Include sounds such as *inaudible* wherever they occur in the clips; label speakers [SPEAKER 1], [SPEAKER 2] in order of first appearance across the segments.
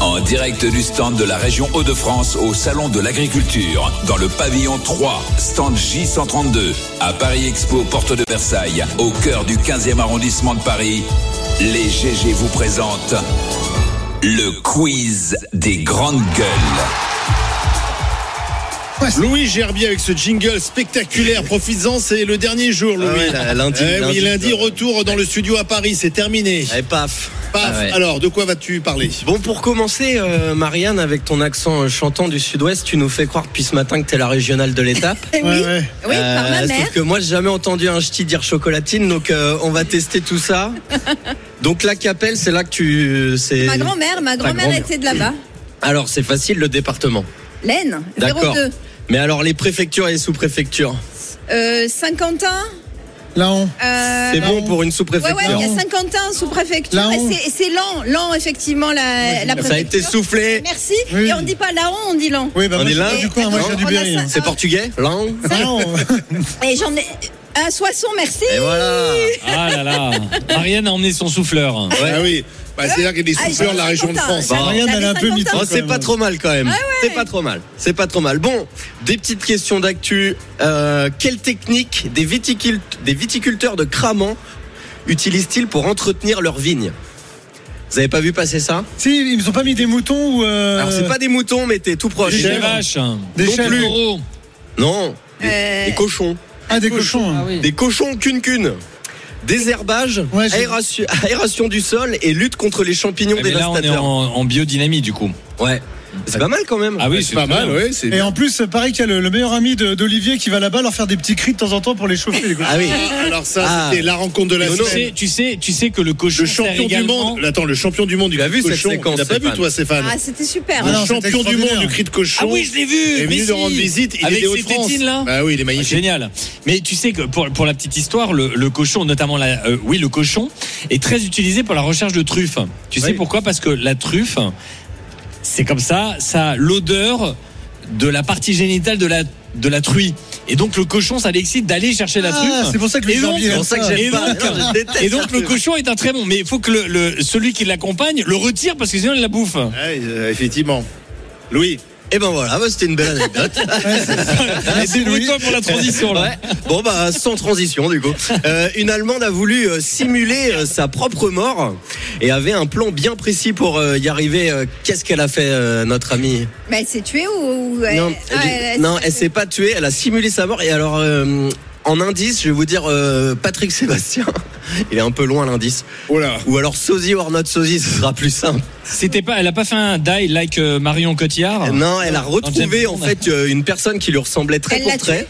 [SPEAKER 1] En direct du stand de la région Hauts-de-France au Salon de l'Agriculture, dans le pavillon 3, stand J132, à Paris Expo, porte de Versailles, au cœur du 15e arrondissement de Paris, les GG vous présentent le quiz des grandes gueules.
[SPEAKER 2] Louis Gerbier avec ce jingle spectaculaire. Profites-en, c'est le dernier jour, Louis.
[SPEAKER 3] Ah ouais, là, lundi,
[SPEAKER 2] Eh oui,
[SPEAKER 3] lundi.
[SPEAKER 2] lundi, retour dans le studio à Paris, c'est terminé.
[SPEAKER 3] Allez, paf.
[SPEAKER 2] Paf.
[SPEAKER 3] Ah ouais.
[SPEAKER 2] Alors, de quoi vas-tu parler
[SPEAKER 3] Bon, pour commencer, euh, Marianne, avec ton accent euh, chantant du sud-ouest, tu nous fais croire depuis ce matin que t'es la régionale de l'étape.
[SPEAKER 4] Eh Oui,
[SPEAKER 2] Ouais, ouais.
[SPEAKER 4] *laughs* oui par ma
[SPEAKER 3] Euh,
[SPEAKER 4] mère.
[SPEAKER 3] Sauf que moi, j'ai jamais entendu un ch'ti dire chocolatine, donc euh, on va tester tout
[SPEAKER 4] *laughs*
[SPEAKER 3] ça. donc la Capelle, c'est là que tu. c'est-
[SPEAKER 4] Ma grand-mère, ma
[SPEAKER 3] Ta
[SPEAKER 4] grand-mère
[SPEAKER 3] grand-mère.
[SPEAKER 4] était de là-bas.
[SPEAKER 3] Alors c'est facile le département.
[SPEAKER 4] L'Aisne,
[SPEAKER 3] D'accord.
[SPEAKER 4] 02.
[SPEAKER 3] Mais alors les préfectures et les sous-préfectures,
[SPEAKER 4] Euh, Saint-Quentin.
[SPEAKER 2] Laon.
[SPEAKER 4] euh,
[SPEAKER 3] c'est bon pour une
[SPEAKER 4] Ouais, ouais,
[SPEAKER 3] sous-préfecture.
[SPEAKER 4] il y a Saint-Quentin sous préfecture.
[SPEAKER 2] La
[SPEAKER 4] et
[SPEAKER 2] honte.
[SPEAKER 4] c'est- et c'est lent, lent, effectivement, la, la préfecture.
[SPEAKER 3] ça a été soufflé.
[SPEAKER 4] Merci.
[SPEAKER 2] Oui.
[SPEAKER 4] Et on dit pas la honte, on dit lent.
[SPEAKER 2] Oui, bah,
[SPEAKER 3] On
[SPEAKER 2] moi,
[SPEAKER 3] est
[SPEAKER 2] je
[SPEAKER 3] là
[SPEAKER 2] suis du coin, moi je suis du
[SPEAKER 4] On a
[SPEAKER 2] Berry.
[SPEAKER 4] ça.
[SPEAKER 2] hein.
[SPEAKER 3] C'est portugais, langue.
[SPEAKER 2] Laon.
[SPEAKER 4] Et j'en ai. Un Soissons, merci.
[SPEAKER 3] Et
[SPEAKER 4] *laughs*
[SPEAKER 3] voilà.
[SPEAKER 5] Ah là là. Marianne a emmené son souffleur.
[SPEAKER 2] Ah oui. Bah, C'est-à-dire qu'il y a des
[SPEAKER 4] Ah,
[SPEAKER 2] souffleurs de la
[SPEAKER 4] j'en ai
[SPEAKER 2] région de
[SPEAKER 4] Saint-Quentin.
[SPEAKER 2] France.
[SPEAKER 3] Bah,
[SPEAKER 4] J'avais
[SPEAKER 2] Marianne, elle est un peu
[SPEAKER 4] Saint-Quentin.
[SPEAKER 2] mytho.
[SPEAKER 3] Oh,
[SPEAKER 2] Quand
[SPEAKER 3] c'est
[SPEAKER 2] même.
[SPEAKER 3] pas trop mal quand même. C'est pas trop mal. C'est pas trop mal. Bon, des petites questions d'actu. Euh, quelle technique des, viticult- des viticulteurs de Cramant utilisent-ils pour entretenir leurs vignes Vous avez pas vu passer ça
[SPEAKER 6] Si, ils nous ont pas mis des moutons ou. euh,
[SPEAKER 3] Alors c'est pas des moutons, mais t'es tout proche.
[SPEAKER 6] Des
[SPEAKER 5] Des
[SPEAKER 6] chèvres.
[SPEAKER 5] vaches.
[SPEAKER 6] Des
[SPEAKER 3] non
[SPEAKER 6] chèvres.
[SPEAKER 3] plus.
[SPEAKER 5] Taureaux.
[SPEAKER 3] Non, des,
[SPEAKER 4] Euh,
[SPEAKER 3] des cochons,
[SPEAKER 6] Ah, des cochons. hein.
[SPEAKER 3] des cochons cune cune. Désherbage,
[SPEAKER 6] Ouais, j'ai-
[SPEAKER 3] aération, aération du sol et lutte contre les champignons
[SPEAKER 5] Eh, Mais là, on est en,
[SPEAKER 3] dévastateurs.
[SPEAKER 5] en biodynamie du coup.
[SPEAKER 3] Ouais, c'est pas mal quand même.
[SPEAKER 5] Ah oui,
[SPEAKER 2] C'est pas
[SPEAKER 5] très
[SPEAKER 2] mal,
[SPEAKER 5] bien.
[SPEAKER 2] oui. C'est
[SPEAKER 6] Et en plus, pareil qu'il y a le, le meilleur ami de- d'Olivier qui va là-bas leur faire des petits cris de temps en temps pour les chauffer. Les cochons.
[SPEAKER 3] Ah oui.
[SPEAKER 2] Alors ça,
[SPEAKER 3] Ah.
[SPEAKER 2] c'était la rencontre de la
[SPEAKER 5] Tu
[SPEAKER 2] semaine.
[SPEAKER 5] sais, tu sais, tu sais que le cochon
[SPEAKER 2] Le
[SPEAKER 5] sert
[SPEAKER 2] champion du
[SPEAKER 5] également-
[SPEAKER 2] monde. Attends, le champion du monde du
[SPEAKER 3] Tu l'as
[SPEAKER 2] cri de
[SPEAKER 3] vu, cette
[SPEAKER 2] cochon.
[SPEAKER 3] séquence,
[SPEAKER 2] T'as pas vu
[SPEAKER 3] Stéphane
[SPEAKER 2] toi, Stéphane
[SPEAKER 4] Ah, c'était super.
[SPEAKER 6] Ah
[SPEAKER 2] Le
[SPEAKER 6] non, c'était
[SPEAKER 2] champion du monde
[SPEAKER 6] extraordinaire.
[SPEAKER 2] du cri de cochon.
[SPEAKER 5] Ah oui, je l'ai vu.
[SPEAKER 2] est
[SPEAKER 5] mais
[SPEAKER 2] venu
[SPEAKER 5] si.
[SPEAKER 2] leur rendre visite. Il
[SPEAKER 5] Avec
[SPEAKER 2] est au
[SPEAKER 5] ses
[SPEAKER 2] France.
[SPEAKER 5] tétines là.
[SPEAKER 2] Bah oui, il est magnifique.
[SPEAKER 5] Génial. Mais tu sais que pour, pour la petite histoire, le, le cochon, notamment la, euh, oui, le cochon est très utilisé pour la recherche de truffes. Tu sais
[SPEAKER 3] Oui.
[SPEAKER 5] pourquoi Parce que la truffe, c'est comme ça, ça a l'odeur de la partie génitale de la de la truie. Et donc le cochon, ça l'excite d'aller chercher la
[SPEAKER 6] Ah,
[SPEAKER 5] truffe.
[SPEAKER 6] c'est pour ça que
[SPEAKER 5] Et
[SPEAKER 6] les gens
[SPEAKER 5] donc-
[SPEAKER 6] viennent.
[SPEAKER 3] C'est pour ça que
[SPEAKER 5] Et
[SPEAKER 3] j'aime pas.
[SPEAKER 5] donc-
[SPEAKER 3] Non, je déteste
[SPEAKER 5] Et donc
[SPEAKER 3] cette
[SPEAKER 5] le
[SPEAKER 3] truc.
[SPEAKER 5] cochon est un très bon, mais il faut que le, le- celui qui l'accompagne le retire parce que sinon il la bouffe.
[SPEAKER 3] Ah,
[SPEAKER 2] Ouais, euh, effectivement. Louis.
[SPEAKER 3] Et ben voilà, bah, c'était une belle anecdote.
[SPEAKER 5] C'est toi pour la transition là.
[SPEAKER 3] Ouais. Bon bah sans transition du coup. Euh, une Allemande a voulu euh, simuler euh, sa propre mort et avait un plan bien précis pour euh, y arriver. Euh, Qu'est-ce qu'elle a fait euh, notre amie
[SPEAKER 4] Mais elle s'est tuée ou. ou elle-
[SPEAKER 3] Non,
[SPEAKER 4] Ah,
[SPEAKER 3] j'ai-
[SPEAKER 4] elle-
[SPEAKER 3] non, elle s'est pas tuée. Elle a simulé sa mort et alors. euh, en indice, je vais vous dire euh, Patrick Sébastien. *laughs* Il est un peu loin l'indice.
[SPEAKER 2] Oh là.
[SPEAKER 3] Ou alors Sosie or not Sosie, ce sera plus simple.
[SPEAKER 5] C'était pas, elle a pas fait un die like euh, Marion Cotillard.
[SPEAKER 3] Non, elle a retrouvé
[SPEAKER 5] James
[SPEAKER 3] en
[SPEAKER 5] Bond.
[SPEAKER 3] fait euh, une personne qui lui ressemblait très
[SPEAKER 4] Elle
[SPEAKER 3] pour
[SPEAKER 4] l'a
[SPEAKER 3] trait.
[SPEAKER 4] tué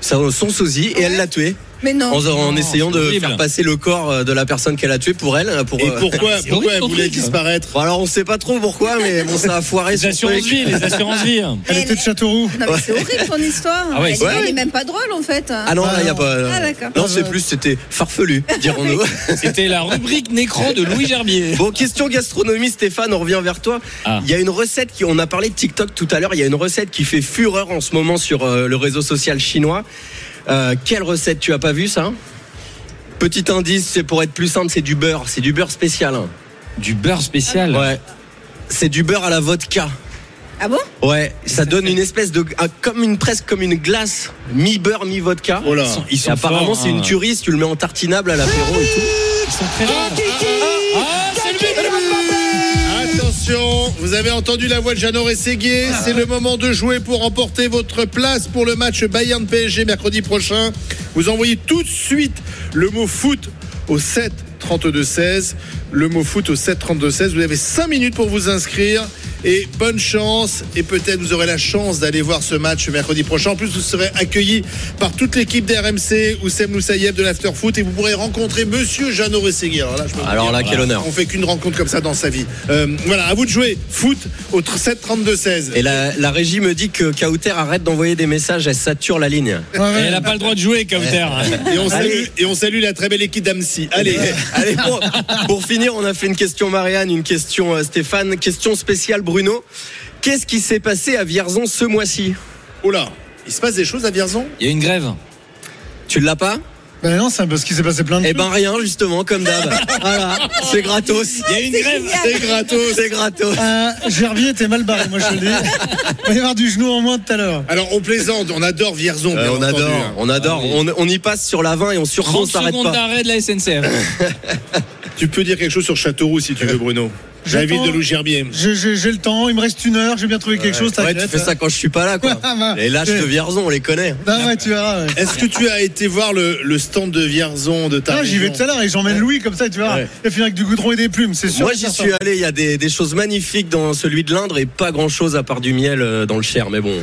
[SPEAKER 3] Son son sosie et elle l'a tué.
[SPEAKER 4] Mais non.
[SPEAKER 3] en, en essayant de
[SPEAKER 5] Oh, horrible.
[SPEAKER 3] faire passer le corps euh, de la personne qu'elle a tuée pour elle. Pour,
[SPEAKER 2] Et
[SPEAKER 3] euh,
[SPEAKER 2] pourquoi,
[SPEAKER 5] Ah, c'est
[SPEAKER 2] pourquoi
[SPEAKER 5] horrible,
[SPEAKER 2] elle voulait
[SPEAKER 5] horrible.
[SPEAKER 2] disparaître
[SPEAKER 3] Bon, alors on sait pas trop pourquoi, mais bon, ça a foiré
[SPEAKER 5] Les
[SPEAKER 3] son
[SPEAKER 5] assurances
[SPEAKER 3] truc.
[SPEAKER 5] vie, les assurances vie.
[SPEAKER 6] Elle était de Châteauroux.
[SPEAKER 4] Non, mais c'est horrible son histoire.
[SPEAKER 5] Ah ouais,
[SPEAKER 4] elle,
[SPEAKER 5] c'est
[SPEAKER 4] elle
[SPEAKER 3] vrai.
[SPEAKER 4] est même pas drôle en fait.
[SPEAKER 3] Ah non, là, il a pas.
[SPEAKER 4] Ah, d'accord.
[SPEAKER 3] non, c'est plus, c'était farfelu,
[SPEAKER 4] *laughs*
[SPEAKER 3] dirons-nous.
[SPEAKER 5] C'était la rubrique nécro de Louis Gerbier.
[SPEAKER 3] bon, question gastronomie, Stéphane, on revient vers toi.
[SPEAKER 5] Ah.
[SPEAKER 3] Il y a une recette qui, on a parlé de TikTok tout à l'heure, il y a une recette qui fait fureur en ce moment sur euh, le réseau social chinois. Euh, quelle recette tu as pas vu ça Petit indice, c'est pour être plus simple, c'est du beurre, c'est du beurre spécial. hein.
[SPEAKER 5] Du beurre spécial.
[SPEAKER 3] Ouais. C'est du beurre à la vodka.
[SPEAKER 4] Ah bon
[SPEAKER 3] Ouais, ça donne une espèce de un- comme une presque comme une glace mi beurre mi vodka.
[SPEAKER 2] Oh là.
[SPEAKER 5] Ils sont
[SPEAKER 3] Et apparemment
[SPEAKER 5] forts,
[SPEAKER 3] c'est
[SPEAKER 5] hein.
[SPEAKER 3] une tuerie, si tu le mets en tartinable à l'apéro et tout.
[SPEAKER 5] Ils sont très rares. Ah, c'est le but.
[SPEAKER 2] Attention, vous avez entendu la voix de Jeannot et Séguier.
[SPEAKER 3] Ah.
[SPEAKER 2] C'est le moment de jouer pour remporter votre place pour le match Bayern PSG mercredi prochain. Vous envoyez tout de suite le mot foot au 7 32 16. Le mot foot au 7 32 16. Vous avez 5 minutes pour vous inscrire. Et bonne chance. Et peut-être vous aurez la chance d'aller voir ce match mercredi prochain. En plus, vous serez accueillis par toute l'équipe d'RMC, Oussem Loussaïeb de l'Afterfoot. Et vous pourrez rencontrer monsieur Jeannot Rességuier. Alors là, je peux vous
[SPEAKER 3] Alors
[SPEAKER 2] dire,
[SPEAKER 3] là, quel honneur.
[SPEAKER 2] On fait qu'une rencontre comme ça dans sa vie. Euh, voilà, à vous de jouer. Foot au 7-32-16.
[SPEAKER 3] Et la, la régie me dit que Kauter arrête d'envoyer des messages, elle sature la ligne.
[SPEAKER 5] Et elle n'a pas le droit de jouer, Kauter.
[SPEAKER 2] Et on, salue,
[SPEAKER 3] Allez.
[SPEAKER 2] et on salue la très belle équipe d'Amsi. Allez, *laughs*
[SPEAKER 3] Allez, allez pour, pour finir, on a fait une question Marianne, une question euh, Stéphane, question spéciale Bruno. Qu'est-ce qui s'est passé à Vierzon ce mois-ci
[SPEAKER 2] oh là, il se passe des choses à Vierzon
[SPEAKER 5] Il y a une grève.
[SPEAKER 3] Tu l'as pas
[SPEAKER 6] Ben non, c'est parce qu'il s'est passé plein de
[SPEAKER 3] Eh ben rien justement, comme d'hab. voilà, c'est gratos.
[SPEAKER 5] Il y a une grève.
[SPEAKER 3] bah,
[SPEAKER 2] C'est gratos.
[SPEAKER 3] C'est gratos.
[SPEAKER 6] Euh, Gervier était mal barré, moi je te le dis. Il va y avoir du genou en moins tout à l'heure.
[SPEAKER 2] Alors on plaisante, on adore Vierzon.
[SPEAKER 3] Euh,
[SPEAKER 2] bien
[SPEAKER 3] on
[SPEAKER 2] entendu,
[SPEAKER 3] adore,
[SPEAKER 2] hein.
[SPEAKER 3] on adore. On, on y passe sur la 20 et on sur on
[SPEAKER 5] 30
[SPEAKER 3] s'arrête
[SPEAKER 5] secondes
[SPEAKER 3] pas.
[SPEAKER 5] d'arrêt de la SNCF.
[SPEAKER 2] Tu peux dire quelque chose sur Châteauroux si tu
[SPEAKER 3] Euh,
[SPEAKER 2] veux, Bruno. La ville
[SPEAKER 6] J'attends.
[SPEAKER 2] de Louis Gerbier.
[SPEAKER 6] J'ai- J'ai j'ai le temps, il me reste une heure, j'ai bien trouvé quelque chose.
[SPEAKER 3] Ouais, tu
[SPEAKER 6] t'inquiète. hein.
[SPEAKER 3] fais ça quand je suis pas là, quoi. Et là, je te Vierzon, on les connaît.
[SPEAKER 6] Non, Ah ouais, tu verras. ouais.
[SPEAKER 2] Est-ce que tu as été voir le, le stand de Vierzon de ta
[SPEAKER 6] Ah, J'y vais
[SPEAKER 2] région
[SPEAKER 6] tout à l'heure et j'emmène Louis comme ça, tu verras.
[SPEAKER 2] Ouais.
[SPEAKER 6] Il finira avec du goudron et des plumes, c'est sûr.
[SPEAKER 3] Moi, j'y suis allé. Il y a des, des choses magnifiques dans celui de l'Indre et pas grand chose à part du miel euh, dans le Cher, mais bon.